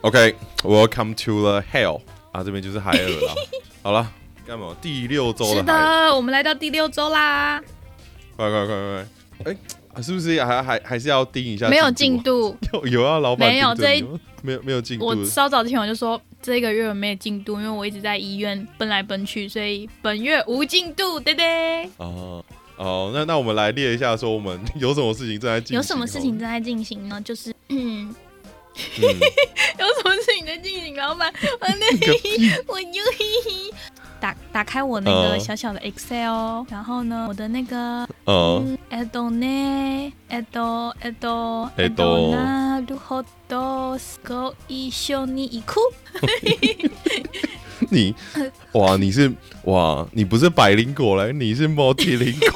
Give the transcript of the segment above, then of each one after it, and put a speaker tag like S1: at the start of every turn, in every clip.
S1: OK，Welcome、to the hell 啊，这边就是海尔 啦。好了，干嘛？第六周
S2: 是
S1: 的海尔，
S2: 的，我们来到第六周啦，
S1: 快快快快！哎、是不是还还还是要啊盯一下、
S2: 没有进，度。
S1: 有 有啊，老板
S2: 没有
S1: 盯着
S2: 这一
S1: 你吗没有没有进度
S2: 我稍早之前我就说这个月我没有进度，因为我一直在医院奔来奔去，所以本月无进度，对对。
S1: 哦哦，那那我们来列一下，说我们 有什么事情正在进行，哦
S2: 有什么事情正在进行呢？ 就是嗯，
S1: 嗯？
S2: 有什么事情在进行？老板，我
S1: 你
S2: 那
S1: 个屁
S2: 我又嘿嘿。打打开我那个
S1: 嗯
S2: 小小的 Excel，、然后呢，我的那个
S1: 嗯
S2: 嗯，えっとね、えっと、えっと、
S1: えっと
S2: なるほど、ご一緒に行く。
S1: 你哇，你是哇，你不是百灵果嘞，你是 multi 灵果，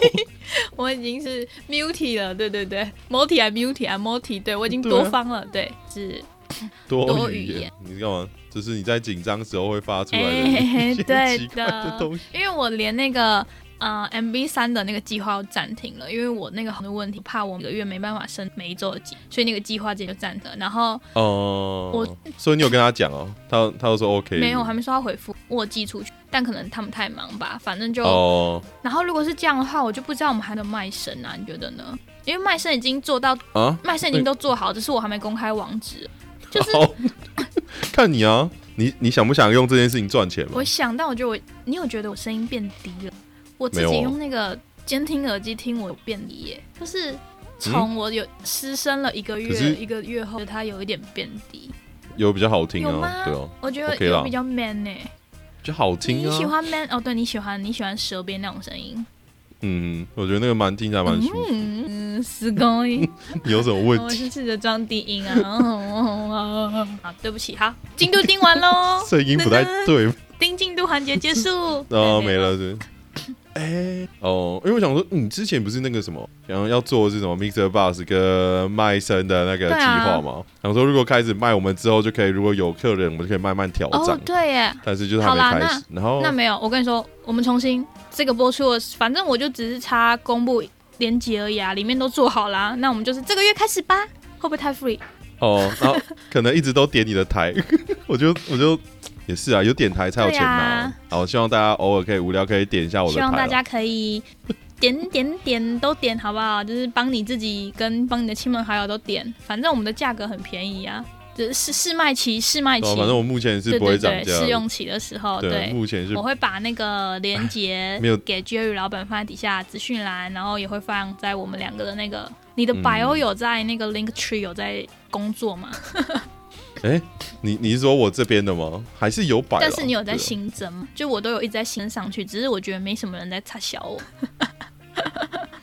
S2: 我已经是 multi 了，对对对，multi 啊 multi 啊 multi，对我已经多方了，对，是，
S1: 多
S2: 多
S1: 语
S2: 语言
S1: 言，你是干嘛？就是你在紧张时候会发出来的
S2: 哎
S1: 一些
S2: 对
S1: 奇怪的
S2: 的
S1: 东西。
S2: 因为我连那个呃 MB 三的那个计划要暂停了，因为我那个很多问题，怕我每个月没办法升每一周的计，所以那个计划直接就暂停了。然后
S1: 哦、
S2: 我
S1: 所以你有跟他讲哦，他他就说 OK，
S2: 没有，我还没收到回复，我有寄出去，但可能他们太忙吧，反正就
S1: 哦
S2: 然后如果是这样的话，我就不知道我们还能卖身啊？你觉得呢？因为卖身已经做到，
S1: 啊，
S2: 卖身已经都做好，只是我还没公开网址。就是
S1: 好，看你啊，你你想不想用这件事情赚钱嘛
S2: 我？想到，我觉得我，你有觉得我声音变低了？我自
S1: 没
S2: 己
S1: 有啊
S2: 用那个监听耳机听，我有变低耶，就是从我有失声了一个
S1: 嗯可
S2: 月，
S1: 是
S2: 一个月后它有一点变低，
S1: 有比较好听
S2: 有
S1: 啊，
S2: 吗
S1: 对啊，
S2: 我觉得
S1: OK 啦
S2: 有比较 man 呢、
S1: 就好听
S2: 你喜
S1: 啊，
S2: 欢 man 哦？对，你喜欢你喜欢舌边那种声音，
S1: 嗯，我觉得那个蛮听起来蛮舒服。
S2: 嗯嗯，是高音。
S1: 你有什么问
S2: 我
S1: 题？
S2: 是试着装低音 啊。 好，对不起，好，进度盯完喽
S1: ，声音不太对，
S2: 盯进度环节结束。
S1: 啊，没。了是不是。哎、哦，因为我想说，你之前不是那个什么，然后要做的是什么 Mixer Bus 跟卖身的那个
S2: 对
S1: 计
S2: 啊
S1: 划嘛？想说如果开始卖，我们之后就可以，如果有客人，我们就可以慢慢挑
S2: 哦
S1: 战。，
S2: 对耶，
S1: 但是就是还没
S2: 好啦
S1: 开始。然后
S2: 那没有，我跟你说，我们重新这个播出的，反正我就只是插公布连接而已啊，里面都做好啦。那我们就是这个月开始吧，会不会太 free？
S1: 哦，然后 可能一直都点你的台， 我就我就也是啊，有点台才有钱拿、好，希望大家偶尔可以无聊可以点一下
S2: 啊
S1: 我的
S2: 希
S1: 台啦。啊
S2: 望大家可 以点点点都点好不好？就是帮你自己跟帮你的亲朋好友都点，反正我们的价格很便宜啊，就是试试卖期试卖期
S1: 对啊，。反正我目前是
S2: 对
S1: 不会
S2: 对
S1: 涨
S2: 对，
S1: 价的。
S2: 试用期的时候，
S1: 对啊
S2: 对，
S1: 目前是
S2: 我会把那个链接
S1: 没有
S2: 给 Jerry 老板放在底下资讯栏，然后也会放在我们两个的那个。你
S1: 嗯
S2: 的 bio 有在那个 Link Tree 有在工作嘛？
S1: 哎、你你是说我这边的吗？还是有摆啦？
S2: 但是你有在
S1: 对啊
S2: 新增吗？就我都有一直在新上去，只是我觉得没什么人在插小我。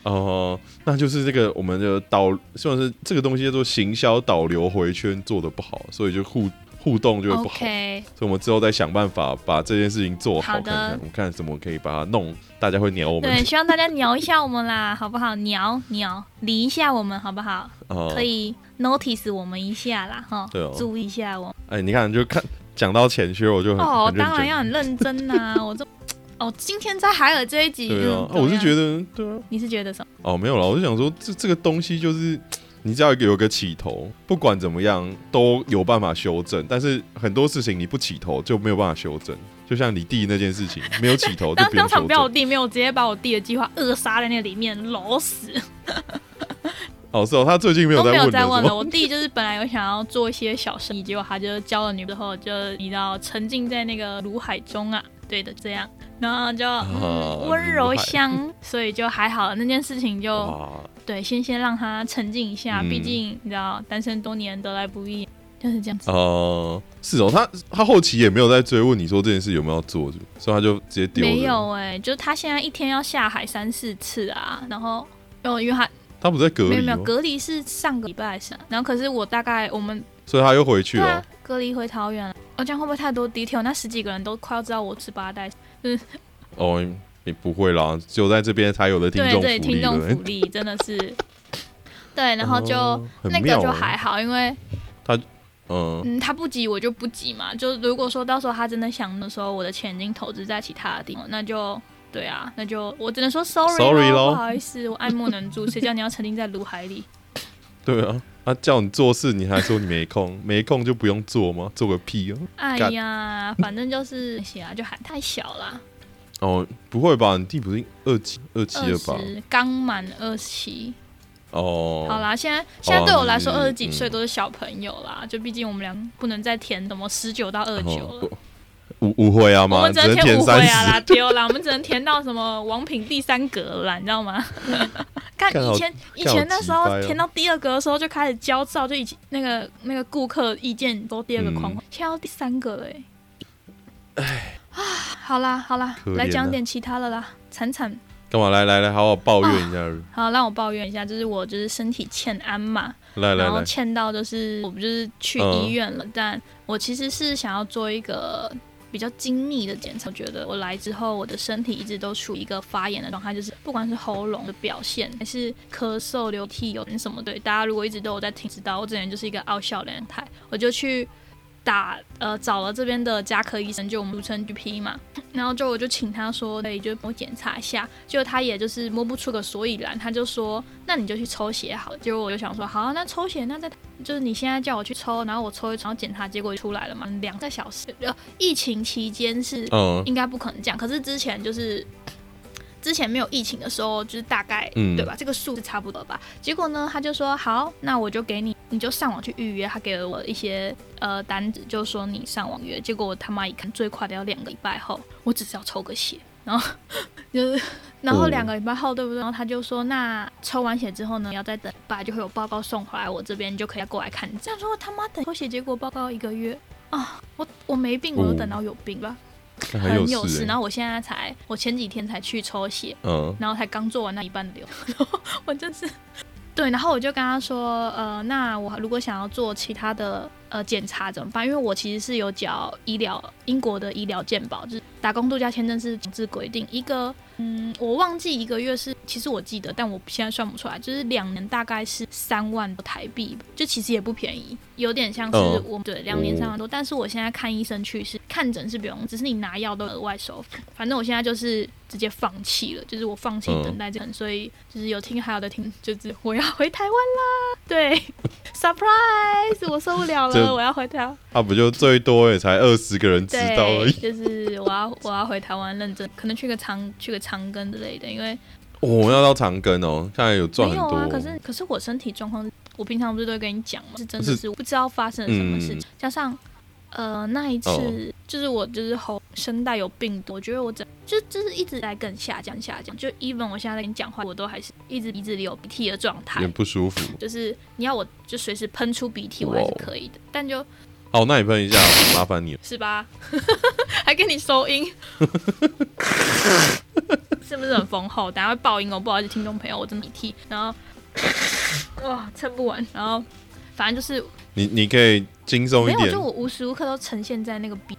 S1: 哦、那就是这个我们的导，算是这个东西叫做行销导流回圈做的不好，所以就互互动就会不好。
S2: OK，
S1: 所以我们之后再想办法把这件事情做好，
S2: 好的
S1: 看看我们看怎么可以把它弄，大家会鸟我们
S2: 对，希望大家聊一下我们啦， 好不好？聊聊理一下我们好不好？
S1: 啊。
S2: 可以 notice 我们一下啦，哈
S1: 对哦，
S2: 注意一下我们。
S1: 哎、你看就看讲到钱靴，我就很
S2: 哦，
S1: 嗯很认
S2: 当然
S1: 真
S2: 要很认真呐、我这哦，今天在海尔这一集，
S1: 对啊
S2: 嗯，
S1: 啊我是觉
S2: 得
S1: 得对啊，
S2: 你是觉得什么？
S1: 哦，没有啦，我就想说，这这个东西就是，你只要有个起头，不管怎么样都有办法修正。但是很多事情你不起头就没有办法修正，就像你弟那件事情，没有起头就
S2: 当
S1: 不
S2: 当
S1: 用
S2: 场
S1: 修
S2: 不要我
S1: 正。
S2: 弟，没有我直接把我弟的计划扼杀在那里面，搂死
S1: 哦，是哦，他最近没有
S2: 都没
S1: 在
S2: 有
S1: 问了，
S2: 再问
S1: 是
S2: 了。
S1: 吗
S2: 我弟就是本来有想要做一些小生意，结果他就交了女朋友后，就你知道沉浸在那个卢海中啊，对的，这样，然后就
S1: 啊
S2: 嗯温、柔乡，所以就还好，那件事情就
S1: 哇，
S2: 对，先先让他沉浸一下，
S1: 哦嗯
S2: 毕竟你知道单身多年得来不易，就是这样子。
S1: 哦、是哦，他他后期也没有在追问你说这件事有没有要做，所以他就直接丢了。
S2: 没，有哎、就是他现在一天要下海三四次啊，然后哦，因为他
S1: 他不是在隔
S2: 没有
S1: 离哦
S2: 没
S1: 吗
S2: 有？隔离是上个礼拜是啊，然后可是我大概我们
S1: 所以他又回去哦
S2: 对
S1: 了、
S2: 啊隔离回桃园了，哦这样会不会太多 detail？那十几个人都快要知道我是八代，
S1: 哦，也不会啦，只有在这边才有的听
S2: 对
S1: 众
S2: 对，
S1: 福利
S2: 听众
S1: 了。哎
S2: 福利 真的是，对，然后就、
S1: 哦很
S2: 那个
S1: 妙
S2: 就
S1: 哦
S2: 还好，因为
S1: 嗯，
S2: 嗯，他不急我就不急嘛。就如果说到时候他真的想的时候，我的钱已经投资在其他的地方，那就对啊，那就我只能说 sorry
S1: Sorry
S2: 咯
S1: 咯
S2: 不好意思，我爱莫能助，谁叫你要沉浸在卢海里？
S1: 对啊，啊，叫你做事，你还说你没空，没空就不用做吗？做个屁哦！
S2: 哎 呀，反正就是那些啊，就还太小啦，
S1: 哦，不会吧？你弟不是二七二七
S2: 二
S1: 了吧？
S2: 十刚满二十七。
S1: 哦，
S2: 好啦，现在现在对我来说，
S1: 嗯
S2: 二十几岁
S1: 嗯
S2: 都是小朋友啦，就毕竟我们俩不能再填什么十九到二十
S1: 哦，
S2: 九了。
S1: 误误会啊
S2: 我
S1: 嘛，
S2: 们
S1: 只
S2: 只能填五
S1: 填
S2: 回
S1: 三
S2: 啊啦，
S1: 十，
S2: 丢啦，我们只能填到什么王品第三格了啦，你知道吗？ 看
S1: 看好
S2: 以前以
S1: 看好
S2: 前那时候
S1: 鸡掰哦
S2: 填到第二格的时候就开始焦躁，就已经那个那个顾客意见都第二个
S1: 嗯
S2: 框，现在要第三个了哎、唉， 好啦好啦
S1: 可，怜
S2: 来讲
S1: 啊
S2: 点其他的啦，惨惨。
S1: 干嘛？来来来，好好抱怨一下，
S2: 好，让我抱怨一下，就是我就是身体欠安嘛，
S1: 来来
S2: 然后
S1: 来，
S2: 欠到就是我不就是去
S1: 嗯
S2: 医院了，但我其实是想要做一个比较精密的检查。我觉得我来之后，我的身体一直都处于一个发炎的状态，就是不管是喉咙的表现，还是咳嗽、流涕、有什么对，大家如果一直都有在听，知道我之前就是一个傲笑的人态，我就去。打呃找了这边的家科医生，就我们俗称 GP 嘛，然后就我就请他说，可以就帮我检查一下，结果他也就是摸不出个所以然，他就说，那你就去抽血好了。结果我就想说，好啊、那抽血那在就是你现在叫我去抽，然后我抽一抽，然后检查结果就出来了嘛，两个小时。呃，疫情期间是
S1: 嗯
S2: 应该不可能这样，可是之前就是。之前没有疫情的时候，就是大概、
S1: 嗯
S2: 对吧？这个数字差不多吧。结果呢，他就说好，那我就给你，你就上网去预约。他给了我一些呃单子，就说你上网约。结果我他妈一看，最快的要两个礼拜后，我只是要抽个血，然后就是，然后
S1: 哦
S2: 两个礼拜后，对不对？然后他就说，那抽完血之后呢，你要再等一礼拜，就会有报告送回来，我这边你就可以再过来看你。这样说他妈等抽血结果报告一个月啊，我我没病，我
S1: 哦
S2: 就等到有病吧。
S1: 看很
S2: 很
S1: 有
S2: 事。
S1: 事
S2: 然
S1: 欸，
S2: 后我现在才，我前几天才去抽血，
S1: 嗯，
S2: 然后才刚做完那一半的流，然后 我就是对，然后我就跟他说，呃，那我如果想要做其他的呃检查怎么办？因为我其实是有缴医疗英国的医疗健保，就是打工度假签证是强制规定一个，嗯，我忘记一个月是，其实我记得，但我现在算不出来，就是两年大概是三万多台币，就其实也不便宜，有点像是
S1: 嗯
S2: 我、对两年三万多，但是我现在看医生去是看诊是不用，只是你拿药都额外收费，反正我现在就是直接放弃了，就是我放弃
S1: 嗯
S2: 等待这个人，所以就是有听还有的听，就是我要回台湾啦，对 ，surprise，我受不了了，
S1: 这
S2: 我要回台湾。
S1: 啊，不就最多也才二十个人知道而
S2: 对，
S1: 已。
S2: 就是我要我要回台湾认真，可能去个长去个长庚之类的，因为
S1: 哦我要到长庚哦，看来有赚
S2: 没
S1: 很
S2: 有
S1: 多
S2: 啊。
S1: 哦。
S2: 可是可是我身体状况，我平常不是都会跟你讲吗？是真的是不知道发生了什么事情，
S1: 嗯
S2: 加上呃那一次、
S1: 哦
S2: 就是我就是喉声带有病毒，我觉得我整就就是一直在更下降下降，就 even 我现在在跟你讲话，我都还是一直鼻子里有鼻涕的状
S1: 有
S2: 态
S1: 点。不舒服。
S2: 就是你要我就随时喷出鼻涕，我还是
S1: 哇哦
S2: 可以的，但就
S1: 好，那你喷一下，麻烦你了。
S2: 是吧？ 还给你收音， 是不是很丰厚？等下会爆音哦，不好意思，听众朋友，我真的鼻涕，然后 哇撑不完，然后反正就是
S1: 你你可以轻松
S2: 没
S1: 一
S2: 有，
S1: 点
S2: 就。我无时无刻都呈现在那个鼻，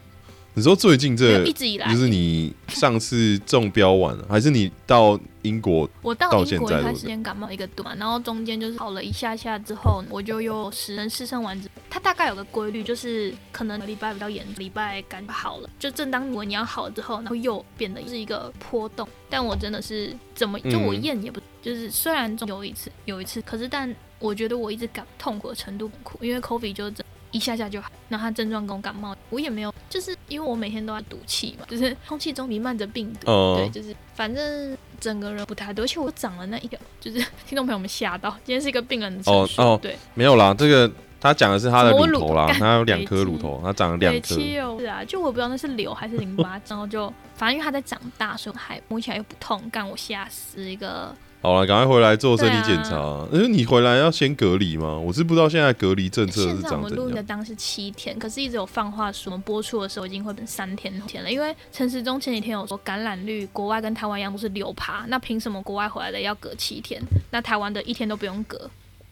S1: 你说最近
S2: 没
S1: 这
S2: 有一直以来
S1: 就，是你上次中标完，还是你到英国？
S2: 我到
S1: 到
S2: 英
S1: 现
S2: 国
S1: 在
S2: 一
S1: 对
S2: 段
S1: 不
S2: 时
S1: 对
S2: 间感冒一个多嘛，然后中间就是好了一下下之后，我就又十人试圣完之，它大概有个规律，就是可能礼拜比较严，礼拜感觉好了，就正当我你要好了之后，然后又变得是一个波动。但我真的是怎么，就我
S1: 嗯
S2: 验也不，就是虽然中有一次有一次，可是但我觉得我一直感痛苦的程度很苦，因为 COVID 就是真一下下就好，然后它症状跟我感冒，我也没有，就是因为我每天都在赌气嘛，就是空气中弥漫着病毒，
S1: 嗯
S2: 对，就是反正整个人不太对，而且我长了那一个，就是 听众朋友们吓到，今天是一个病人的陈述，
S1: 哦哦
S2: 对，
S1: 没有啦，这个他讲的是他的
S2: 什么
S1: 乳
S2: 乳
S1: 头啦，
S2: 干
S1: 他有两
S2: 北
S1: 颗乳
S2: 京
S1: 头，他长了
S2: 对，
S1: 两颗。
S2: 气哦，是啊，就我不知道那是瘤还是淋巴，然后就反正因为它在长大，所以我还摸起来又不痛，干我吓死一个，
S1: 好了，赶快回来做身体
S2: 对啊
S1: 检查。因为你回来要先隔离吗？我是不知道现在隔离政策
S2: 现
S1: 是
S2: 在我
S1: 长
S2: 们
S1: 怎
S2: 录音的
S1: 样。
S2: 当是七天，可是一直有放话说，我们播出的时候已经会变三天后天了。因为陈时中前几天有说，感染率国外跟台湾一样都是六趴，那凭什么国外回来的要隔七天？那台湾的一天都不用隔，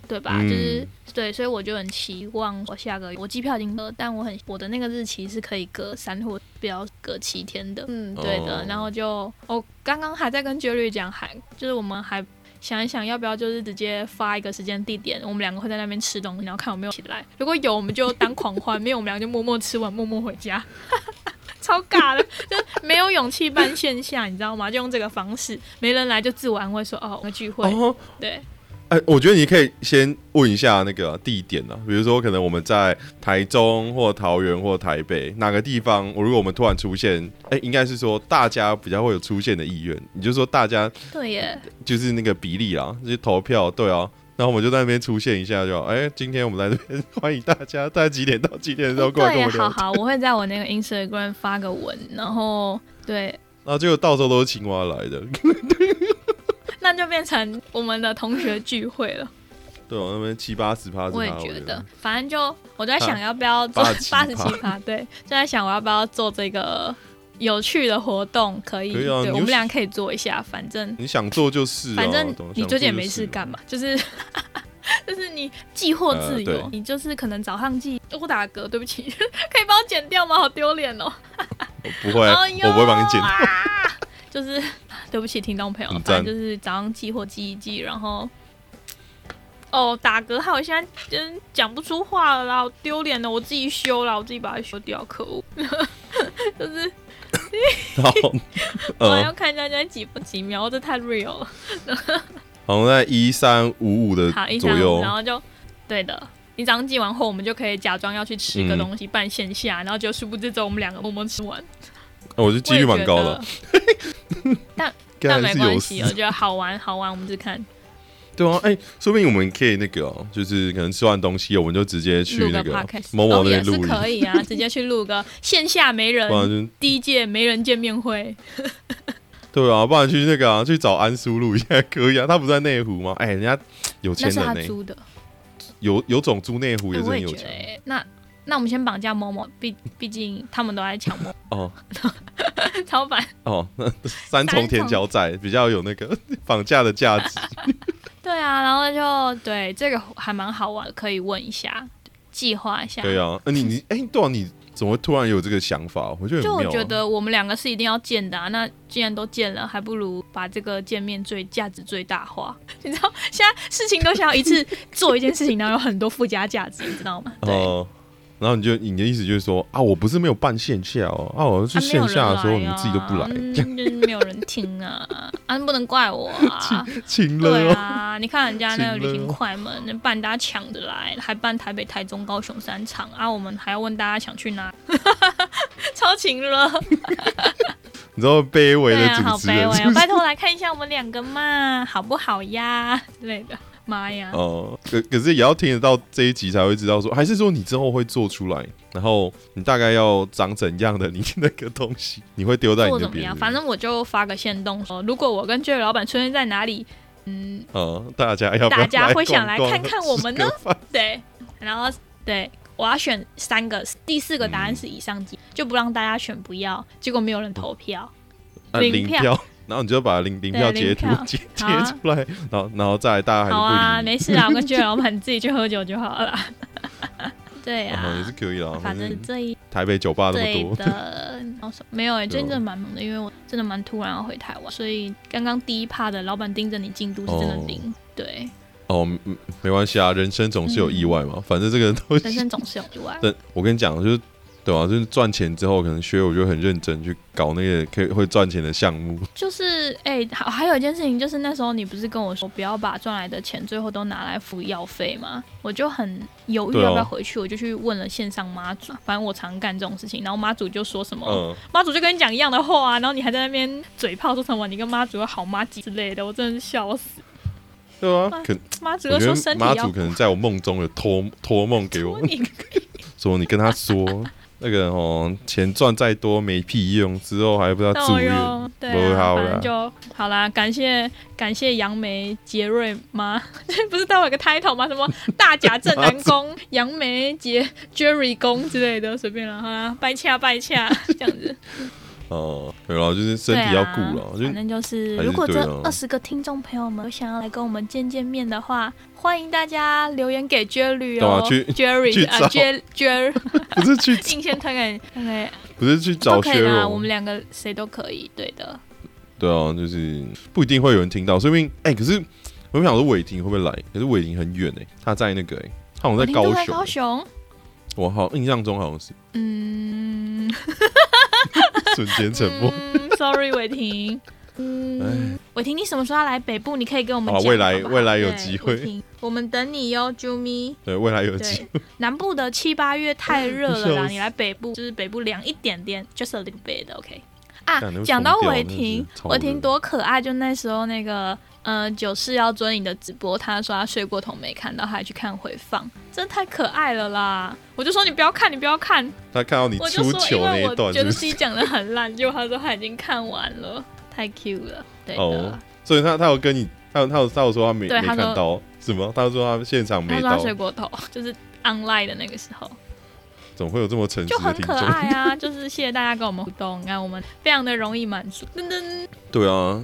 S2: 对吧？
S1: 嗯
S2: 就是对，所以我就很期望我下个月我机票已经隔，但我很我的那个日期是可以隔三或不要隔七天的。嗯，对的。
S1: 哦
S2: 然后就我刚刚还在跟 Jerry 讲，还就是我们还想一想，要不要就是直接发一个时间地点，我们两个会在那边吃东西，然后看有没有起来。如果有，我们就当狂欢；没有，我们两个就默默吃完，默默回家。超尬的，就是没有勇气办线下，你知道吗？就用这个方式，没人来就自我安慰说：“哦，我们聚会。
S1: 哦，
S2: 对，
S1: 哎、我觉得你可以先问一下那个地点啊，比如说可能我们在台中或桃园或台北哪个地方，我如果我们突然出现，哎、应该是说大家比较会有出现的意愿，你就说大家
S2: 对耶，
S1: 就是那个比例啦，就是投票，对啊。然后我们就在那边出现一下就好，哎、今天我们在这边欢迎大家，大概几点到几点的时候过来
S2: 对
S1: 跟
S2: 耶，
S1: 我
S2: 好
S1: 聊。
S2: 好，我会在我那个 Instagram 发个文，然后对，
S1: 然后结果到时候都是青蛙来的，
S2: 那就变成我们的同学聚会了。
S1: 对啊，那边七八十趴，
S2: 我也
S1: 我
S2: 觉得，反正就我就在想要不要做八
S1: 87%
S2: 十七趴，对，就在想我要不要做这个有趣的活动，可以，
S1: 可以啊你
S2: 对，
S1: 就
S2: 我们俩可以做一下，反正
S1: 你想做就是、啊，
S2: 反正
S1: 懂
S2: 你
S1: 想
S2: 最
S1: 做
S2: 近也
S1: 就
S2: 没事
S1: 是
S2: 干嘛，就是 就是你寄货
S1: 呃
S2: 自由，
S1: 对
S2: 你就是可能早上寄，我打嗝，对不起， 可以帮我剪掉吗？好丢脸哦！
S1: 不会，
S2: 哎呦
S1: 我不会帮你剪。
S2: 就是 对不起，听众朋友，
S1: 很赞
S2: 反正就是早上寄货寄一寄，然后哦打嗝，害我现在真讲不出话了啦，好丢脸的，我自己修啦，我自己把它修掉，可恶！就是
S1: 然后，
S2: 我还
S1: 呃
S2: 要，看一下现在几分几秒，这太 real 了。
S1: 好像在一三五五的
S2: 好，一
S1: 呃左
S2: 下午，
S1: 右
S2: 然。后就对的。你早上寄完后，我们就可以假装要去吃个
S1: 嗯
S2: 东西，办线下，然后就殊不知只有我们两个默默吃完，
S1: 哦我觉得几率蛮高的，
S2: 但
S1: 干还
S2: 没
S1: 是
S2: 关
S1: 有
S2: 系，
S1: 事
S2: 我。觉得好玩好玩，我们就看
S1: 对啊，哎，说不定我们可以那个哦，就是可能吃完东西，我们就直接去
S2: 录
S1: 那
S2: 个
S1: 个
S2: podcast，
S1: 某某
S2: 哦
S1: 那
S2: 也
S1: 边
S2: 是
S1: 录
S2: 可
S1: 音，
S2: 以啊，直接去录个线下没人
S1: 不然就
S2: 第一届没人见面会，
S1: 对啊，不然去那个啊，去找安叔录一下也可以啊。他不是在内湖吗？哎，人家有
S2: 那
S1: 钱
S2: 是他
S1: 人呢，
S2: 租的，
S1: 有有种租内湖也
S2: 哎
S1: 是
S2: 我
S1: 很
S2: 也
S1: 有
S2: 觉得
S1: 钱
S2: 欸。那那我们先绑架某某，毕毕竟他们都在 抢某
S1: 哦
S2: 某，超烦。
S1: 哦。 那三重
S2: 重
S1: 田角仔比较有那个 绑架的价值。
S2: 对啊，然后就对这个还蛮好玩的，可以问一下，计划一下。
S1: 对啊，呃你你哎，对啊，你怎么会突然有这个想法？我觉得
S2: 就
S1: 很
S2: 我
S1: 妙啊。
S2: 觉得我们两个是一定要见的、啊，那既然都见了，还不如把这个见面最价值最大化。 你知道，现在事情都想要一次做一件事情，然后有很多附加价值，你知道吗？对，
S1: 哦，然后你就你的意思就是说啊，我不是没有办线下哦，啊，我
S2: 啊
S1: 去
S2: 没有人
S1: 线下的时候、
S2: 来
S1: 你们自己都不来
S2: 啊， 嗯就是没有人听啊，啊，不能怪我 啊。
S1: 亲
S2: 对
S1: 了哦。
S2: 啊，你看人家那个旅
S1: 请
S2: 行
S1: 了
S2: 快门，那办大家抢着来，还办台北、台中、高雄三场啊，我们还要问大家想去哪， 超勤了。
S1: 你知道卑微
S2: 对
S1: 的
S2: 啊，好
S1: 主持人
S2: 卑微
S1: 是
S2: 哦！
S1: 不是？
S2: 拜托来看一下我们两个嘛，好不好呀 之类的。妈呀！
S1: 哦、可可是也要听得到这一集才会知道说，还是说你之后会做出来，然后你大概要长怎样的你那个东西，你会丢在你
S2: 做
S1: 那
S2: 怎么
S1: 边是
S2: 样？
S1: 不是。
S2: 反正我就发个线动说，如果我跟这位老板出现在哪里，嗯，
S1: 呃，大家要不要
S2: 大家会想来
S1: 逛逛
S2: 看看我们呢
S1: 吃个饭
S2: 对，然后对我要选三个，第四个答
S1: 嗯
S2: 案是以上几，就不让大家选不要，结果没有人投票。
S1: 啊，
S2: 领
S1: 领
S2: 票
S1: 票，然后你就把领领票
S2: 对
S1: 截
S2: 领
S1: 图
S2: 票
S1: 截截
S2: 好啊
S1: 出来，然后然后再来大家还是
S2: 好
S1: 不理你，
S2: 啊，没事啊，我跟这位老板自己去喝酒就好 了啦。对
S1: 哦也
S2: 啊
S1: 是，可以啦，
S2: 反
S1: 反
S2: 正
S1: 正
S2: 这一
S1: 台北酒吧那么
S2: 对
S1: 多，
S2: 的，然后什么没有哎、欸，
S1: 对
S2: 最
S1: 啊
S2: 近真的蛮忙的，因为我真的蛮突然要回台湾，所以刚刚第一趴的老板盯着你进度是真的
S1: 哦
S2: 零，对，
S1: 哦，嗯没关系啊，人生总是有意外
S2: 嗯
S1: 嘛，反正这个东
S2: 人
S1: 西，
S2: 生总是有意外。
S1: 但我跟你讲，就是对啊， 就是赚钱之后，可能学友就很认真去搞那个可以会赚钱的项目，
S2: 就是哎，好、还有一件事情，就是那时候你不是跟我说不要把赚来的钱最后都拿来付医药费吗？我就很犹豫
S1: 对啊
S2: 要不要回去，我就去问了线上妈祖，反正我常干这种事情，然后妈祖就说什么，
S1: 嗯，
S2: 妈祖就跟你讲一样的话、啊，然后你还在那边嘴炮说什么你跟妈祖有好妈鸡之类的，我真的是笑死。
S1: 对啊，
S2: 妈
S1: 可
S2: 妈祖就
S1: 我觉
S2: 说
S1: 得
S2: 身体
S1: 妈
S2: 要
S1: 祖可能在我梦中 有托托梦给我，
S2: 你
S1: 说你跟 他说那个哦，钱赚再多没屁用，之后还不知道住
S2: 到
S1: 院，
S2: 哟，对
S1: 不
S2: 啊，
S1: 好啦
S2: 反正就好啦。感谢感谢杨梅、杰瑞妈， 不是都有个 title 吗？什么大甲镇南宫、 杨梅、杰 Jerry 宫之类的，随便啦，好啦，拜洽拜洽 这样子。
S1: 哦，对了，就是身体要顾了，
S2: 对
S1: 就
S2: 啊反正就是，
S1: 还是
S2: 如果这
S1: 对啊
S2: 二十个听众朋友们有想要来跟我们见见面的话，欢迎大家留言给 Jerry
S1: 对啊
S2: 哦
S1: 去去
S2: ，Jerry 啊
S1: 找
S2: ，Jer Jer，
S1: 不是去
S2: 硬先推给推给
S1: 不是去
S2: 都
S1: 找
S2: 可
S1: 学
S2: 以啦，
S1: 友啊
S2: 我，们两个谁都可以，对的。
S1: 对啊，就是不一定会有人听到，说不定哎、可是我想说伟霆会不会来？可是伟霆很远哎、他在那个哎、他好像在
S2: 你都
S1: 高
S2: 在
S1: 雄
S2: 高
S1: 欸、
S2: 雄。
S1: 我好印象中好像是
S2: 嗯，
S1: 瞬间沉默。
S2: 嗯、Sorry，伟霆。嗯，
S1: 哎，
S2: 伟霆，你什么时候要来北部？你可以跟我们
S1: 好
S2: 讲。
S1: 未来
S2: 好不好
S1: 未来有
S2: 对
S1: 机会
S2: 伟霆我们等你哟，Jumi。
S1: 对，未来有机
S2: 对，南部的七八月太热了
S1: 笑
S2: 啦，
S1: 死
S2: 你来北部就是北部凉一点点，just a little bit，OK、啊
S1: 干那个，
S2: 讲到
S1: 疯掉
S2: 伟
S1: 真
S2: 霆
S1: 的是，超
S2: 伟霆
S1: 热
S2: 多可爱！就那时候那个，呃，九四幺追你的直播，他说他睡过头没看到，他还去看回放，真的太可爱了啦！我就说你不要看，你不要看，
S1: 他看到你
S2: 我就
S1: 出
S2: 说
S1: 糗
S2: 因
S1: 那
S2: 为
S1: 一
S2: 我
S1: 段
S2: 觉得
S1: 是不是
S2: 自己讲的很烂，结果他说他已经看完了，太 Q 了，对的。
S1: 哦，所以他他有跟你，他有他有他有说他没
S2: 对
S1: 没
S2: 他
S1: 看
S2: 说
S1: 到什么？他说他现场
S2: 他
S1: 没
S2: 说他
S1: 到，
S2: 睡过头，就是 online 的那个时候，
S1: 怎么会有这么诚实
S2: 就
S1: 的
S2: 很
S1: 听
S2: 可
S1: 众？
S2: 爱啊！就是谢谢大家跟我们互动，你看我们非常的容易满足。噔噔，
S1: 对啊，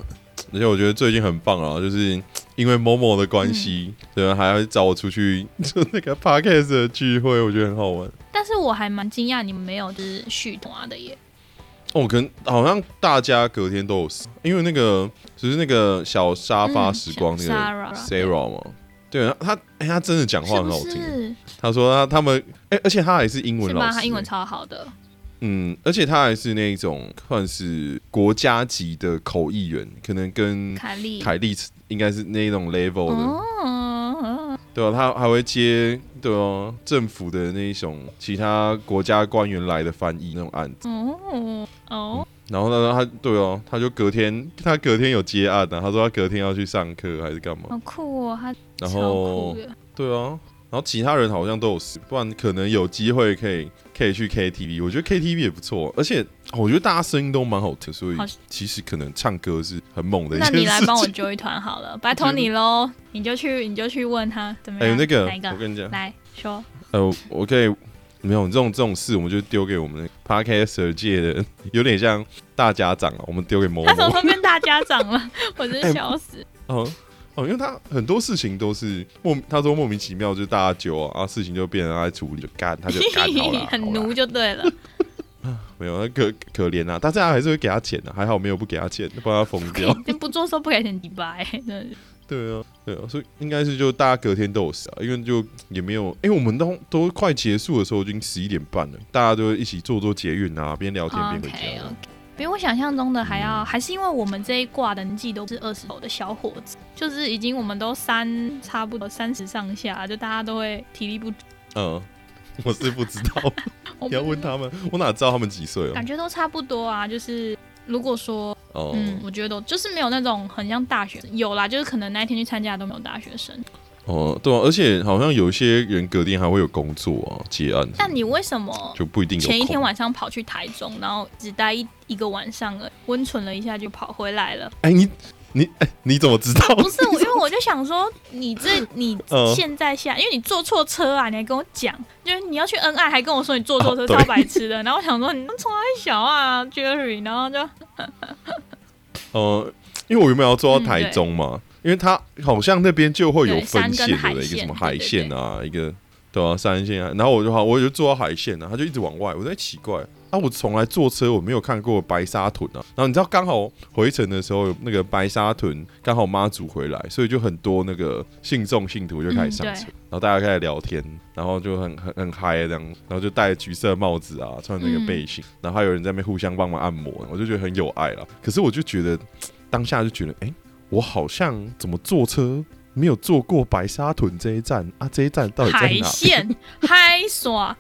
S1: 而且我觉得最近很棒啊，就是因为某某的关系，
S2: 嗯
S1: 对啊，还要找我出去 就那个 podcast 的聚会，我觉得很好玩。
S2: 但是我还蛮惊讶你们没有就是续团的耶，
S1: 哦，可能好像大家隔天都有事，因为那个只是那个小沙发
S2: 嗯
S1: 时光那
S2: 小
S1: 个
S2: Sarah
S1: Sarah 嘛，对啊，他哎、他真的讲话
S2: 是
S1: 很
S2: 不
S1: 好听。
S2: 是？
S1: 他说他他们哎、而且他还是英文
S2: 是
S1: 老
S2: 吗？
S1: 师，欸
S2: 他英文超好的，
S1: 嗯，而且他还是那种算是国家级的口译员，可能跟
S2: 凯莉。
S1: 嗯凯莉应该是那种 level 的，
S2: 哦，
S1: 对啊，他还会接对啊政府的那一种其他国家官员来的翻译那种案子，
S2: 哦，
S1: 嗯
S2: 哦，
S1: 然后呢，他对哦、他就隔天他隔天有接案啊，他说他隔天要去上课还是干嘛，
S2: 好酷哦，他超
S1: 然
S2: 酷
S1: 后
S2: 的。
S1: 对啊，然后其他人好像都有事，不然可能有机会可以可以去 KTV，我觉得 KTV 也不错，啊而且我觉得大家声音都蛮好听，所以
S2: 好
S1: 其实可能唱歌是很猛的一
S2: 那
S1: 件事
S2: 你
S1: 情。
S2: 来帮我揪一团好了，拜托你喽！你就去，你就去问他怎么
S1: 哎、
S2: 样？
S1: 那个
S2: 哪一个
S1: 我？跟你讲，
S2: 来说，
S1: 呃，我可以没有这种这种事，我们就丢给我们 podcaster 界的，有点像大家长啊，我哎们丢给某
S2: 他什么时
S1: 某。
S2: 候变大家长了？ 我真笑死！，
S1: 哦哦，因为他很多事情都是莫，他说莫名其妙就大家揪啊，啊事情就变成他在处理，就干他就干好了
S2: 很奴
S1: 好啦，
S2: 就对了，
S1: 没有那可可怜啊，但是他还是会给他钱的、还好没有不给他钱，不然他疯 掉。
S2: 你不做说不给钱几百，真的是
S1: 对啊，对啊，所以应该是就大家隔天都有事啊，因为就也没有，因为我们都都快结束的时候已经十一点半了，大家都一起做做捷运啊，边聊天边回家。
S2: 哦 OK
S1: 嗯
S2: OK，比我想象中的还要，还是因为我们这一挂的年纪都是二十头的小伙子，就是已经我们都三差不多三十上下，就大家都会体力不支。
S1: 嗯，我是不知 道，
S2: 我
S1: 你要问他们，我哪知道他们几岁啊
S2: 感？觉都差不多啊，就是如果说
S1: 哦、
S2: 嗯，我觉得就是没有那种很像大学生，有啦，就是可能那一天去参加的都没有大学生。
S1: 哦，对啊，而且好像有一些人隔天还会有工作啊，结案
S2: 但你为什么
S1: 就不一定有空
S2: 前一天，晚上跑去台中，然后只待一一个晚上了，温存了一下就跑回来了？
S1: 哎、你你哎、你怎么知道？
S2: 不是，我因为我就想说，你 这你
S1: 嗯
S2: 现在下，因为你坐错车啊，你还跟我讲，就是你要去恩爱，还跟我说你坐错车，
S1: 哦对
S2: 超白痴的。然后我想说，你们从哪里小啊，Jerry？然后就
S1: 呃，因为我原本要做
S2: 嗯
S1: 到台中嘛，因为它好像那边就会有
S2: 对
S1: 分
S2: 山跟
S1: 线
S2: 海
S1: 的一个什
S2: 线
S1: 么
S2: 对
S1: 海
S2: 对
S1: 线啊，一个对啊山线啊，然后我就好我就坐到海线啊，他就一直往外，我在奇怪。啊，我从来坐车我没有看过白沙屯啊，然后你知道刚好回程的时候，那个白沙屯刚好妈祖回来，所以就很多那个信众信徒就开始上
S2: 嗯对
S1: 车，然后大家开始聊天，然后就很很很嗨这样，然后就戴橘色帽子啊，穿那个
S2: 嗯
S1: 背心，然后还有人在那边互相帮忙按摩，我就觉得很有爱了。可是我就觉得当下就觉得，哎、我好像怎么坐车没有坐过白沙屯这一站啊？这一站到底在
S2: 海
S1: 哪？
S2: 线嗨耍，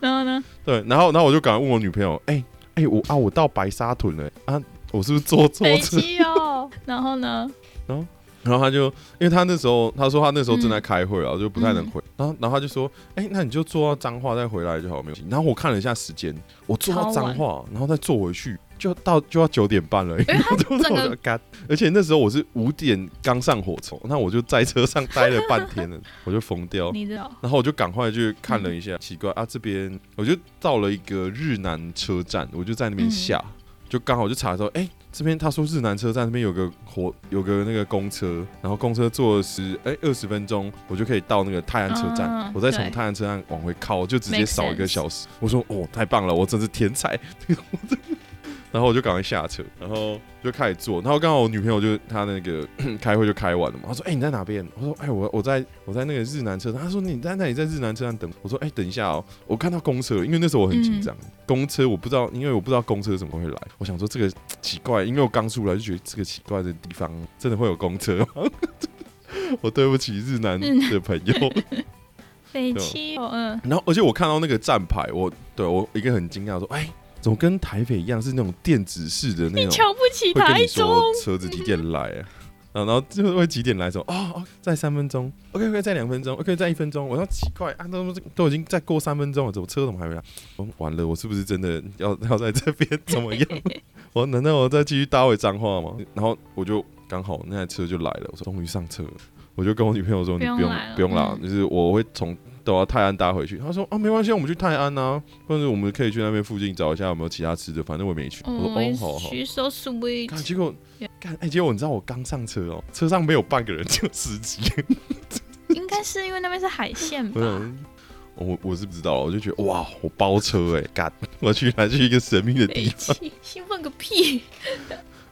S2: 然后呢？
S1: 对，然后然后我就赶快问我女朋友，哎、哎、我啊我到白沙屯了、啊，我是不是坐错
S2: 飞
S1: 车？
S2: 机哦，然后呢？
S1: 然后他就，因为他那时候他说他那时候正在开会啊，就不太能
S2: 嗯
S1: 回。然后然后他就说，哎、那你就坐到彰化再回来就好，没有问题。然后我看了一下时间，我坐到彰化，然后再坐回去，就到就要九点半了。
S2: 因为他
S1: 就
S2: 整
S1: 我就
S2: 个
S1: 干，而且那时候我是五点刚上火车，那我就在车上待了半天了，我就疯掉。
S2: 你知道，
S1: 然后我就赶快去看了一
S2: 嗯
S1: 下，奇怪啊，这边我就到了一个日南车站，我就在那
S2: 嗯
S1: 边下，就刚好就查说，哎、这边他说日南车站那边有个火，有个那个公车，然后公车坐了十哎二十分钟，我就可以到那个泰安车站，
S2: 嗯
S1: 我再从
S2: 对
S1: 泰安车站往回靠，就直接
S2: Makes
S1: 少一个
S2: sense
S1: 小时。我说哦，太棒了，我真是天才！我真的 然后我就赶快下车，然后就开始做。然后刚好我女朋友就她那个开会就开完了嘛，她说：“哎、你在哪边？”我说：“哎、我我在我在那个日南车站。”她说：“你在那里在日南车站等？”我说：“哎、等一下哦，我看到公车，因为那时候我很紧张，公车我不知道，因为我不知道公车怎么会来。我想说这个奇怪，因为我刚出来就觉得这个奇怪的地方真的会有公车吗？ 我对不起日南
S2: 嗯
S1: 的朋友。
S2: 北七哦，嗯，
S1: 然后，而且我看到那个站牌，我对我一个很惊讶，说：“哎，怎么跟台北一样是那种电子式的那
S2: 你
S1: 种，
S2: 瞧不起
S1: 会跟
S2: 台
S1: 你说
S2: 中，
S1: 车子几点来、啊？”然后，然后 就会几点来说：“哦，哦在三分钟，OK OK，在两分钟，OK 在一分钟。”我说：“奇怪，啊，都都已经再过三分钟了，怎么车怎么还没来？我完了，我是不是真的要 要在这边怎么样？ 我难道我再继续搭回彰化吗？”然后我就刚好那台车就来了，我说：“终于上车了。”我就跟我女朋友说：“
S2: 不
S1: 你
S2: 用
S1: 不用
S2: 来了
S1: 不用啦，
S2: 嗯
S1: 就是我会从都要泰安搭回去。他说啊，没关系，我们去泰安啊，或者我们可以去那边附近找一下有没有其他吃的，反正我也没去。我说
S2: 嗯
S1: 哦，好好。
S2: ，She's so
S1: 看，
S2: sweet，
S1: 结果看，哎、结果你知道我刚上车哦，车上没有半个人，就司机。
S2: 应该是因为那边是海线吧
S1: 我？想哦我我是不知道，啊我就觉得哇，我包车哎、干， 我居然去一个神秘的地
S2: 北
S1: 方。哎
S2: 七，兴奋个屁！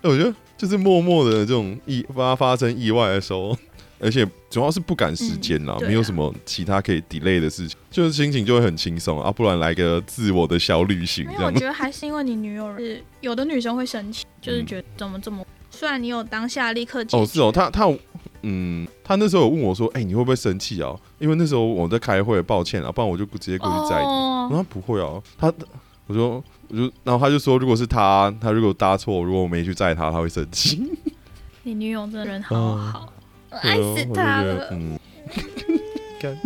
S1: 我觉得就是默默的这种意发发生意外的时候，而且主要是不赶时间啦，
S2: 嗯对啊
S1: 没有什么其他可以 delay 的事情，就是心情就会很轻松啊，不然来个自我的小旅行
S2: 没
S1: 这
S2: 有，我
S1: 样。嗯
S2: 觉得还是因为你女友是有的女生会生气，就是觉得怎么这么，虽然你有当下立刻解
S1: 哦，
S2: 决
S1: 是哦，他他嗯，他那时候有问我说，哎、你会不会生气啊？因为那时候我在开会，抱歉啊，不然我就直接过去载你。我
S2: 哦，
S1: 说不会哦、他我说我就，然后他就说，如果是他，他如果搭错，如果我没去载他，他会生气。
S2: 你女友真的人好好，我
S1: 对
S2: 爱
S1: 啊我
S2: 死
S1: 就
S2: 他
S1: 觉得
S2: 了。
S1: 嗯，干，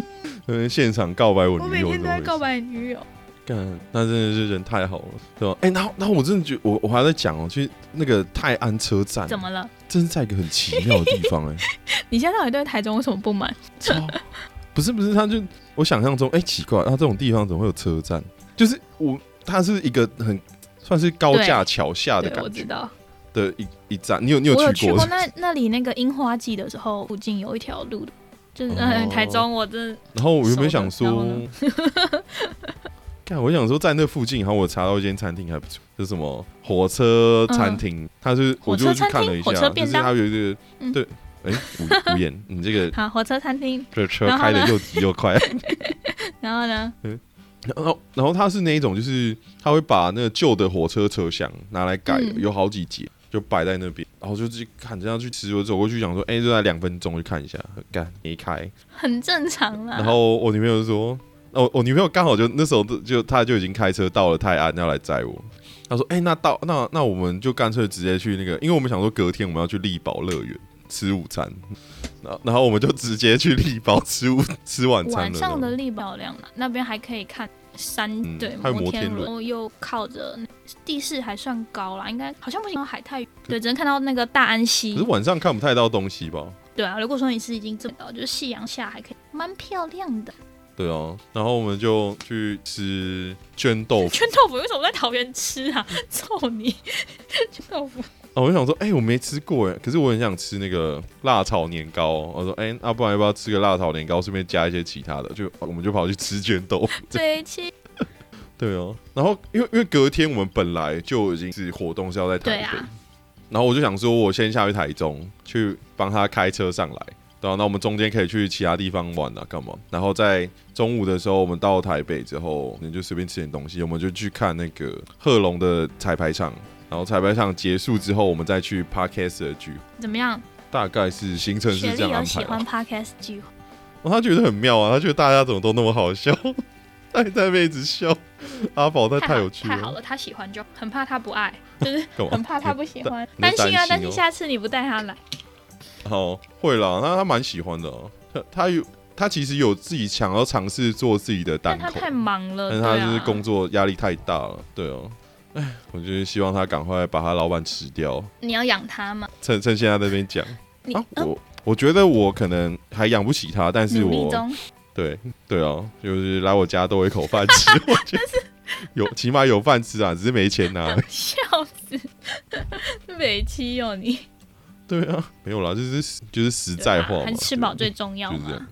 S1: 嗯，现场告白我
S2: 我
S1: 女
S2: 每
S1: 友，
S2: 天都在
S1: 怎么回事
S2: 告白女友，
S1: 干，那真的是人太好了，对吧？哎、然后然后我真的觉得我我还在讲哦、去那个泰安车站，
S2: 怎么了？
S1: 真是在一个很奇妙的地方哎、
S2: 你现在到底对台中有什么不满？
S1: 超不是不是，他就我想象中，哎、奇怪，他这种地方怎么会有车站？就是我，它是一个很算是高架桥下的
S2: 对，我
S1: 感
S2: 知
S1: 觉
S2: 道，
S1: 的一一站，你有你有
S2: 我有
S1: 去
S2: 去
S1: 过
S2: 过
S1: 是？
S2: 那那里那个樱花季的时候，附近有一条路，就是
S1: 哦
S2: 嗯，台中我真的
S1: 然后我原本想
S2: 熟的
S1: 说， 看我想说在那附近，然后我查到一间餐厅还不错，是什么火车餐厅，它是
S2: 嗯火
S1: 我
S2: 车
S1: 就去
S2: 餐厅
S1: 看了一下，
S2: 火车
S1: 就
S2: 便
S1: 是
S2: 当
S1: 它有一个、
S2: 嗯
S1: 对，哎、无无 言，你这个
S2: 好火车餐厅，
S1: 这车
S2: 然后
S1: 开的
S2: 呢
S1: 又急又快。
S2: 然后呢，
S1: 然后，然后它是那一种，就是他会把那个旧的火车车厢拿来改，
S2: 嗯
S1: 有好几节就摆在那边，然后就去看，这样去吃。我走过去想说，哎、就在两分钟去看一下，干没开。
S2: 很正常啦。
S1: 然后我女朋友就说，哦，我我女朋友刚好就那时候就就她就已经开车到了泰安要来载我。她说，哎、那到那那我们就干脆直接去那个，因为我们想说隔天我们要去力宝乐园吃午餐，然后然后我们就直接去力宝吃午吃晚餐
S2: 晚
S1: 了。
S2: 上的力宝亮了，那边还可以看山，
S1: 嗯
S2: 对，
S1: 还有摩
S2: 摩
S1: 天轮
S2: 轮，然后又靠着那地势还算高啦，应该好像不行到海太远，对，只能看到那个大安
S1: 可是
S2: 溪。
S1: 晚上看不太到东西吧？
S2: 对啊，如果说你是已经这么高，就是夕阳下还可以，蛮漂亮的。
S1: 对啊，然后我们就去吃绢豆腐。
S2: 圈豆腐为什么在桃园吃啊？臭你！圈豆腐
S1: 哦，我就想说，哎、我没吃过哎，可是我很想吃那个辣炒年糕哦、我说，哎、那、不然要不要吃个辣炒年糕，顺便加一些其他的？就哦我们就跑去吃绢豆 腐。
S2: 最气，
S1: 对哦、然后因为因为隔天我们本来就已经是活动是要在台
S2: 对
S1: 北，
S2: 啊，
S1: 然后我就想说，我先下去台中去帮他开车上来，对啊，那我们中间可以去其他地方玩啊，干嘛？然后在中午的时候，我们到台北之后，你就随便吃点东西，我们就去看那个贺龙的彩排场，然后彩排场结束之后，我们再去 Parkes 的聚会，
S2: 怎么样？
S1: 大概是行程
S2: 雪
S1: 是
S2: 莉
S1: 这样
S2: 有
S1: 安
S2: 喜
S1: 排
S2: 欢
S1: 啊。
S2: podcast 计划，
S1: 哦他觉得很妙啊，他觉得大家怎么都那么好笑， 他还在那边一直笑，阿宝他太
S2: 好
S1: 有趣
S2: 太好
S1: 了，
S2: 了，他喜欢就很怕他不爱，就是
S1: 干嘛？
S2: 很怕他不喜欢，
S1: 你在
S2: 担心啊，
S1: 担
S2: 担
S1: 心哦
S2: 心下次你不带他来。
S1: 哦，会啦，那他蛮喜欢的、哦，他他有他其实有自己想要尝试做自己的单
S2: 但他
S1: 口，
S2: 太忙了，
S1: 但是
S2: 对啊，
S1: 他就是工作压力太大了，对哦、哎，我就是希望他赶快把他老板吃掉，
S2: 你要养他嘛，
S1: 趁趁现在在那边讲
S2: 你、
S1: 啊，
S2: 嗯
S1: 我我觉得我可能还养不起他，但是
S2: 努力
S1: 我
S2: 中，
S1: 对对哦、就是来我家都有一口饭 吃，我觉得有起码有饭吃啊，只是没钱呐、
S2: 笑死， 北七哦你，
S1: 对啊，没有啦，就是就是实在话
S2: 对啊
S1: 嘛，
S2: 还是吃
S1: 对
S2: 饱最重要
S1: 就是这
S2: 嘛
S1: 样。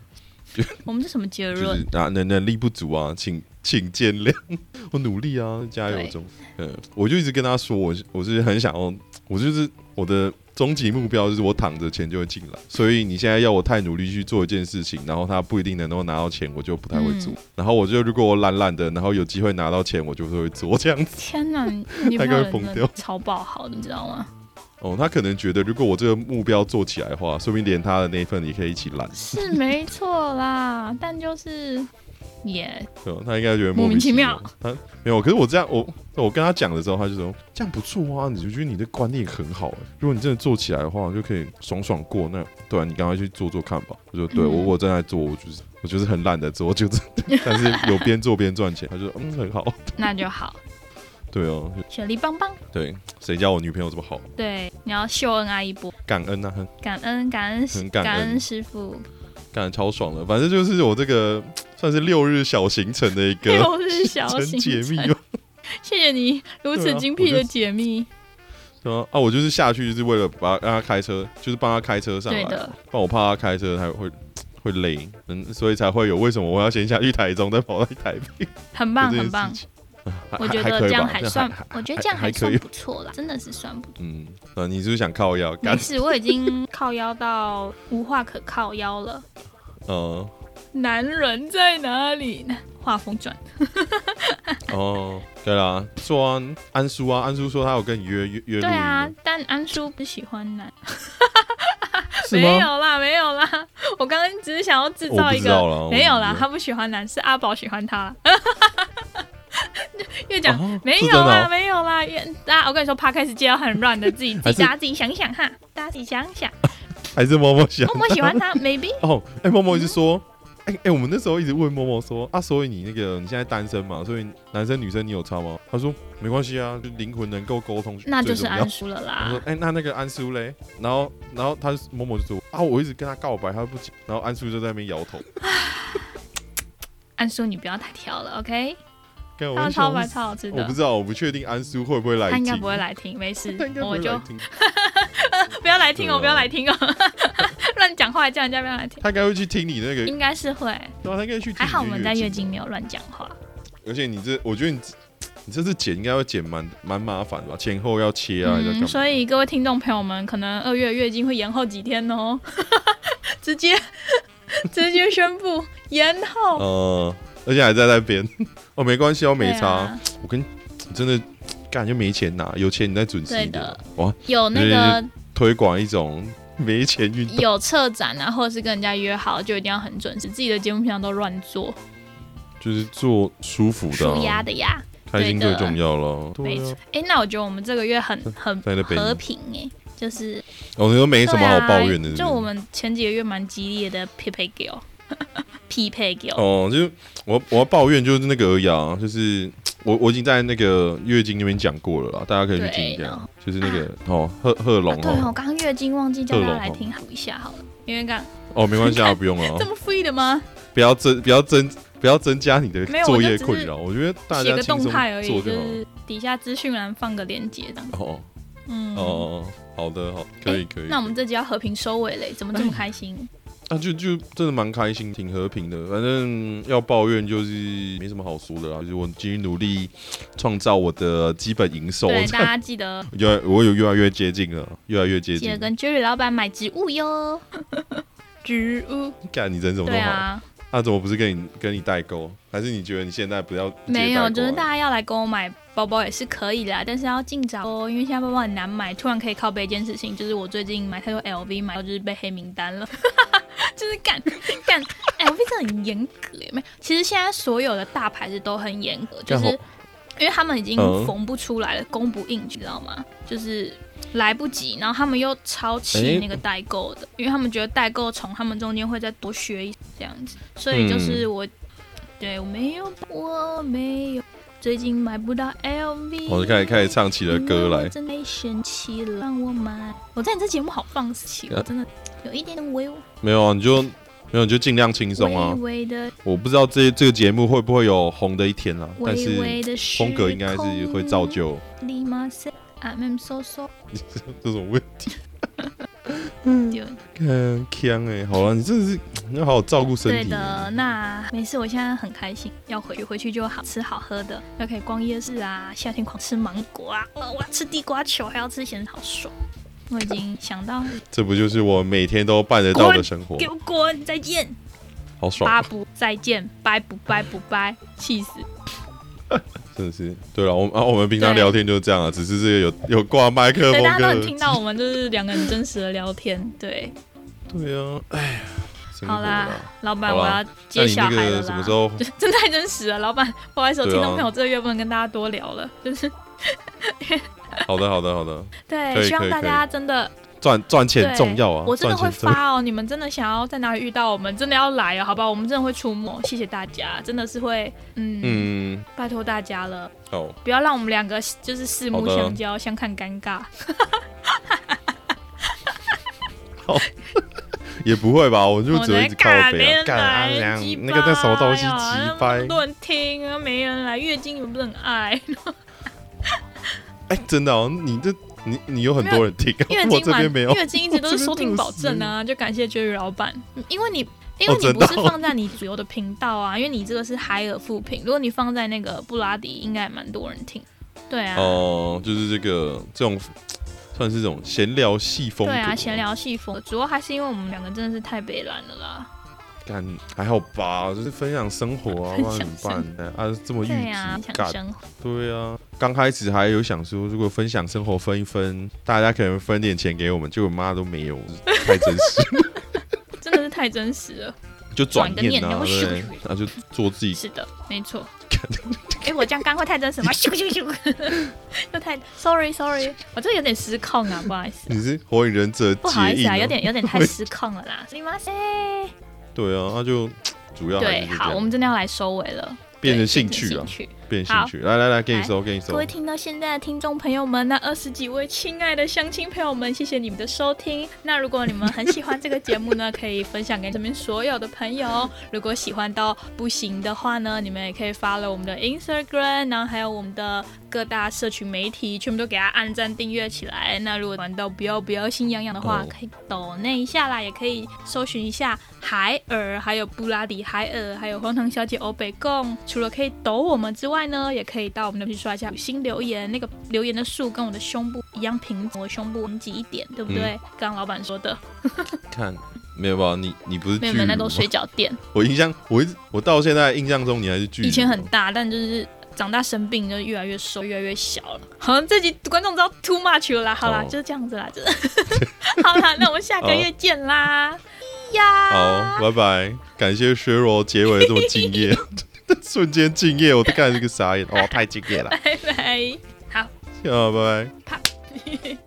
S2: 我们是什么结
S1: 就
S2: 论？
S1: 是啊能能力不足啊，请请见谅。我努力啊，加油
S2: 对
S1: 中。嗯，我就一直跟他说，我是我是很想要，我就是我的终极目标就是我躺着钱就会进来。所以你现在要我太努力去做一件事情，然后他不一定能够拿到钱，我就不太会做。
S2: 嗯
S1: 然后我就如果我懒懒的，然后有机会拿到钱，我就会做这样子。
S2: 天 哪，你女
S1: 大
S2: 朋
S1: 概会
S2: 友
S1: 疯
S2: 真
S1: 掉
S2: 的超爆好的，你知道吗？
S1: 哦，他可能觉得如果我这个目标做起来的话，说不定连他的那一份也可以一起揽。
S2: 是没错啦，但就是也
S1: 对吧，哦他应该觉得
S2: 莫名其妙。
S1: 他没有，可是我这样，我我跟他讲的时候，他就说这样不错啊，你就觉得你的观念很好、欸。如果你真的做起来的话，就可以爽爽过。那对啊，你赶快去做做看吧。我说对，
S2: 嗯
S1: 我我正在做，我就是我就是很懒得做，就是 但是有边做边赚钱。他就说嗯很好，
S2: 那就好，
S1: 对哦，
S2: 雪梨棒棒，
S1: 对，谁叫我女朋友这么好？
S2: 对，你要秀恩爱一波，
S1: 感恩啊，很
S2: 感恩感恩师
S1: 很感恩
S2: 恩师 傅，
S1: 感恩超爽的。反正就是我这个算是六日小行程的一 个
S2: 又是小
S1: 纯
S2: 行
S1: 解密
S2: 程
S1: 吧。
S2: 谢谢你如
S1: 对
S2: 此
S1: 啊
S2: 精
S1: 我
S2: 辟
S1: 就
S2: 的解密，
S1: 对啊，啊，我就是下去就是为了把他让他开车，就是帮他开车上来，
S2: 对
S1: 不
S2: 的，
S1: 然我怕他开车他会会累，嗯，所以才会有为什么我要先下去台中，再跑到台北
S2: 很棒很
S1: 这件事
S2: 棒，
S1: 情。啊还
S2: 我觉
S1: 还
S2: 得
S1: 可
S2: 这
S1: 以吧
S2: 样
S1: 还
S2: 算
S1: 还，
S2: 我觉得这样
S1: 还可
S2: 算
S1: 以。
S2: 不错 啦，真的是算不错。
S1: 嗯，啊，你是不是想靠腰？
S2: 没
S1: 干，
S2: 事，我已经靠腰到无话可靠腰了。
S1: 嗯，
S2: 男人在哪里 呢？画风转，
S1: 哦，对啦，说啊，安叔啊，安叔说他有跟你约约
S2: 对
S1: 约录音
S2: 啊
S1: 吗，，
S2: 但安叔不喜欢男，
S1: 是
S2: 没
S1: 吗？
S2: 有啦，没有啦，我刚刚只是想要制
S1: 我
S2: 造
S1: 不
S2: 一
S1: 知道
S2: 个，
S1: 了，
S2: 没有啦，
S1: 我
S2: 他不喜欢男，是阿宝喜欢他。 越
S1: 不知道
S2: 讲、
S1: 啊
S2: 没
S1: 是
S2: 有
S1: 真的
S2: 啦，
S1: 啊，
S2: 没有啦，越大家我跟你说 p 开始接到很乱的，自己自
S1: 还
S2: 己
S1: 是
S2: 大家自己想想哈，大家自己想 想，
S1: 还是默默想
S2: 默默喜欢他，maybe
S1: 哦，哎、默默一直说，哎、哎、我们那时候一直问默默说啊，所以你那个你现在单身嘛，所以男生女生你有差吗？他说没关系啊，就灵魂能够沟通，
S2: 那就是
S1: 最重要
S2: 安。叔了
S1: 我说
S2: 啦。：“
S1: 哎、那那个安叔嘞？”然后，然后他就默默就说：“啊，我一直跟他告白，他不接。”然后安叔就在那边摇头，
S2: 安叔，你不要太挑了，OK？
S1: 跟我
S2: 他
S1: 就
S2: 的
S1: 想
S2: 超白超好吃
S1: 我
S2: 的
S1: 不，知道，我不确定安叔会不会来
S2: 他
S1: 听，
S2: 应该不 会来听，没事
S1: 他应该，不
S2: 我
S1: 会
S2: 就
S1: 来听，
S2: 不要来听
S1: 对
S2: 哦，
S1: 啊
S2: 不要来听哦， 乱讲话叫人家不要来听，
S1: 他应该会去听你那个，
S2: 应该是会。
S1: 对啊，他应该去听。
S2: 还好我们在月经，没有乱讲话，
S1: 而且你这，我觉得你这你这次剪应该会剪蛮蛮麻烦的吧，前后要切啊，要干嘛
S2: 嗯，所以各位听众朋友们，可能二月月经会延后几天哦， 直 接直接宣布延后。
S1: 呃，而且还在那边。 哦，没关系哦，没差。
S2: 哦对啊
S1: 我跟真的感觉没钱拿，有钱你再准时一
S2: 对
S1: 点
S2: 的。
S1: 哇，
S2: 有那个
S1: 推广一种没钱运动。
S2: 有策展啊，或者是跟人家约好，就一定要很准时。自己的节目平常都乱做，
S1: 就是做舒服的
S2: 舒
S1: 啊、
S2: 压的呀。
S1: 开心
S2: 对
S1: 最
S2: 的
S1: 重要了。
S2: 没
S1: 对
S2: 错
S1: 啊，，
S2: 哎、那我觉得我们这个月很很
S1: 在那边
S2: 和平哎、就是
S1: 我哦们都没什么好抱怨
S2: 对啊
S1: 的是不是
S2: 就我们前几个月蛮激烈的匹配 girl，匹配 girl，
S1: 哦，就是我我要抱怨就是那个而已啊，就是我我已经在那个月经那边讲过了啦，大家可以去听一
S2: 对
S1: 下
S2: 然后，
S1: 就是那个、哦贺贺龙
S2: 啊对哦，
S1: 哦
S2: 我刚刚月经忘记叫
S1: 贺
S2: 大家
S1: 龙
S2: 来
S1: 哦
S2: 听一下好了，因为刚
S1: 哦没关系啊，不用了
S2: 这
S1: 啊，
S2: 么 free 的吗？
S1: 不要增不要增不要增加你的
S2: 没有我
S1: 作
S2: 就
S1: 业
S2: 只
S1: 困
S2: 是
S1: 扰，我觉得大
S2: 写
S1: 家
S2: 个
S1: 轻松
S2: 动态而已，
S1: 做
S2: 就
S1: 就好了。
S2: 是底下资讯栏放个链接这样。
S1: 哦
S2: 嗯，
S1: 哦哦，好的好，可以可以。
S2: 那我们这集要和平收尾嘞，怎么这么开 心？
S1: 啊就就真的蛮开心，挺和平的。反正要抱怨就是没什么好说的啊啦，就是我继续努力创造我的基本营收，
S2: 对，
S1: 这
S2: 大
S1: 样
S2: 家记得
S1: 越来我有越来越接近了，越来越接
S2: 记
S1: 近
S2: 得。跟 Jerry 老板买植物哟，植物，
S1: 干你人怎么
S2: 对
S1: 那么好？
S2: 啊，
S1: 他怎么不是跟你跟你代沟？还是你觉得你现在不要直接
S2: 没有，
S1: 代沟啊
S2: 就是大家要来跟我买包包也是可以啦，但是要尽早哦，因为现在包包很难买。突然可以靠背一件事情，就是我最近买太多 LV，买到就是被黑名单了， 就是干干 LV 真的很严格耶。没，其实现在所有的大牌子都很严格，就
S1: 干
S2: 是
S1: 好
S2: 因为他们已经
S1: 嗯
S2: 缝不出来了，供不应求，你知道吗？就是。来不及，然后他们又超
S1: 诶
S2: 气那个代购的，因为他们觉得代购从他们中间会再多学一这样子，所以就是
S1: 嗯
S2: 我，对我没有，我没有，最近买不到 LV，
S1: 我就开始开始唱起了歌
S2: 因为我
S1: 来。
S2: 真的生气了，让我买。我在你这节目好放弃，
S1: 啊
S2: 我真的有一点点微
S1: 没有啊，你就没有你就尽量轻松啊
S2: 微。微的
S1: 我不知道这这个节目会不会有红的一天啦，但
S2: 微微
S1: 是
S2: 的
S1: 风格应该是会造。就。
S2: 立马 say I'm so so，
S1: 这种问题。
S3: 嗯，
S2: 对
S1: 看强哎，好了，你真的是你要好好照顾身
S2: 对
S1: 体。
S2: 的，那没事，我现在很开心，要回去回去就好吃好喝的，又可以逛夜市啊，夏天狂吃芒果啊，呃我要吃地瓜球，还要吃咸的好爽。我已经想到，
S1: 这不就是我每天都办得到的生活？
S2: 给我滚，再见，
S1: 好爽
S2: 八
S1: 啊，
S2: 不再见，拜不拜不拜，气 死！
S1: 真的是。对了，我们啊，我们平常
S2: 对
S1: 聊天就这样啊，只是这个有有挂麦克
S2: 对，
S1: 风
S2: 大家都
S1: 跟
S2: 能听到我们就是两个人真实的聊天。对，
S1: 对啊，哎呀，生活
S2: 好啦
S1: 啦。，
S2: 老板，
S1: 好
S2: 我
S1: 啦
S2: 要
S1: 那
S2: 接
S1: 你
S2: 小
S1: 那
S2: 孩了
S1: 个
S2: 啦。
S1: 什么时候？
S2: 就 真的太真实了，老板，不好意思，我
S1: 对啊
S2: 听众朋友这个月不能跟大家多聊了，就是
S1: 好的，好的，好的。可
S2: 对，
S1: 以
S2: 希
S1: 可
S2: 望
S1: 以
S2: 大家真的
S1: 赚赚钱
S2: 对
S1: 重要啊，
S2: 我真的
S1: 赚钱
S2: 会
S1: 重要。
S2: 发哦，你们真的想要在哪里遇到我们，真的要来哦，好吧，我们真的会出没，谢谢大家，真的是会，嗯，
S1: 嗯，
S2: 拜托大家了，
S1: 好，
S2: 不要让我们两个就是四目
S1: 好的
S2: 相交，相看尴尬，
S1: 也不会吧？我就
S2: 我
S1: 只会
S2: 在
S1: 一直靠
S2: 哦干，没
S1: 北啊，
S2: 人
S1: 啊
S2: 来，
S1: 这
S2: 鸡
S1: 样那个叫什么东西？
S2: 掰哦那
S1: 鸡
S2: 么
S1: 掰！
S2: 多人听啊，没人来，月经你们不是很爱，
S1: 哎，真的哦，你这你你有很多人听啊，
S2: 月
S1: 我
S2: 经
S1: 这边
S2: 满
S1: 没有。
S2: 月经一直都是收听保证啊，就感谢 Jerry 老板，因为你。因为
S1: 哦
S2: 你
S1: 真
S2: 不
S1: 的
S2: 是
S1: 哦
S2: 放在你主流的频道啊，因 为你这个是海尔复评，如果你放在那个布拉迪，应该也蛮多人听。对啊，
S1: 哦，就是这个这种算是这种闲聊戏风格，
S2: 对啊，闲聊戏风，主要还是因为我们两个真的是太北蓝了啦。
S1: 干还好吧，就是分享生活啊，
S2: 分
S1: 不然怎么
S2: 享
S1: 办 呢？啊，这么预
S2: 对啊，
S1: 期，
S2: 想
S1: 干
S2: 生活，
S1: 对啊，刚开始还有想说，如果分享生活分一分，大家可能分点钱给我们，结果妈都没有，太真实 了，
S2: 真的是太真实 了。
S1: 就转念
S2: 转
S1: 啊，
S2: 个念
S1: 对不对
S2: 然后咻咻咻，
S1: 那就做自己
S2: 是的，没错。 哎、我这样刚会太真 实吗？咻咻咻， 又太 sorry sorry，我这有点失控啊，不好意 思，
S1: 你是火影忍者
S2: 不好
S1: 结
S2: 意
S1: 印、
S2: 思
S1: 啊，
S2: 啊，有点有点太失控了 啦。哎すみません
S1: 对啊，那就主要还
S2: 对
S1: 是，这
S2: 好，我
S1: 样
S2: 们真的要来收尾了，
S1: 变成
S2: 对
S1: 兴趣啊
S2: 兴，趣。
S1: 变成兴趣。来来来，给你收，给你
S2: 各
S1: 收
S2: 位。听到现在的听众朋友们，那二十几位亲爱的乡亲朋友们，谢谢你们的收听。那如果你们很喜欢这个节目呢，可以分享给身边所有的朋友。 如果喜欢到不行的话呢，你们也可以发了我们的 Instagram，然后还有我们的各大社群媒体，全部都给它按赞订阅起来。那如果玩到不要不要心痒痒的话，
S1: 哦
S2: 可以抖那一下啦，也可以搜寻一下海尔，还有布拉迪海尔，还有荒唐小姐欧北贡。除了可以抖我们之外呢，也可以到我们那边去刷一下五星留言，那个留言的数跟我的胸部一样平，我胸部很挤一点，对不对？刚刚老板说的，
S1: 看，没有吧？你你不是
S2: 没
S1: 巨
S2: 有没
S1: 乳吗？
S2: 有，那都水饺店，
S1: 我印象，我一直我到现在印象中你还是巨乳。
S2: 以前很大，但就是。长大生病就越来越瘦，越来越小了。 好像这集观众知道 too much 了啦。好啦
S1: 哦
S2: 就是这样子啦，就是好啦。那我们下个月见啦，呀。
S1: 好，拜拜，感谢薛柔结尾这么敬业， 瞬间敬业，我都看了这个傻眼，哦，太敬业了，
S2: 拜拜，好。
S1: 啊，拜拜。
S2: 啪。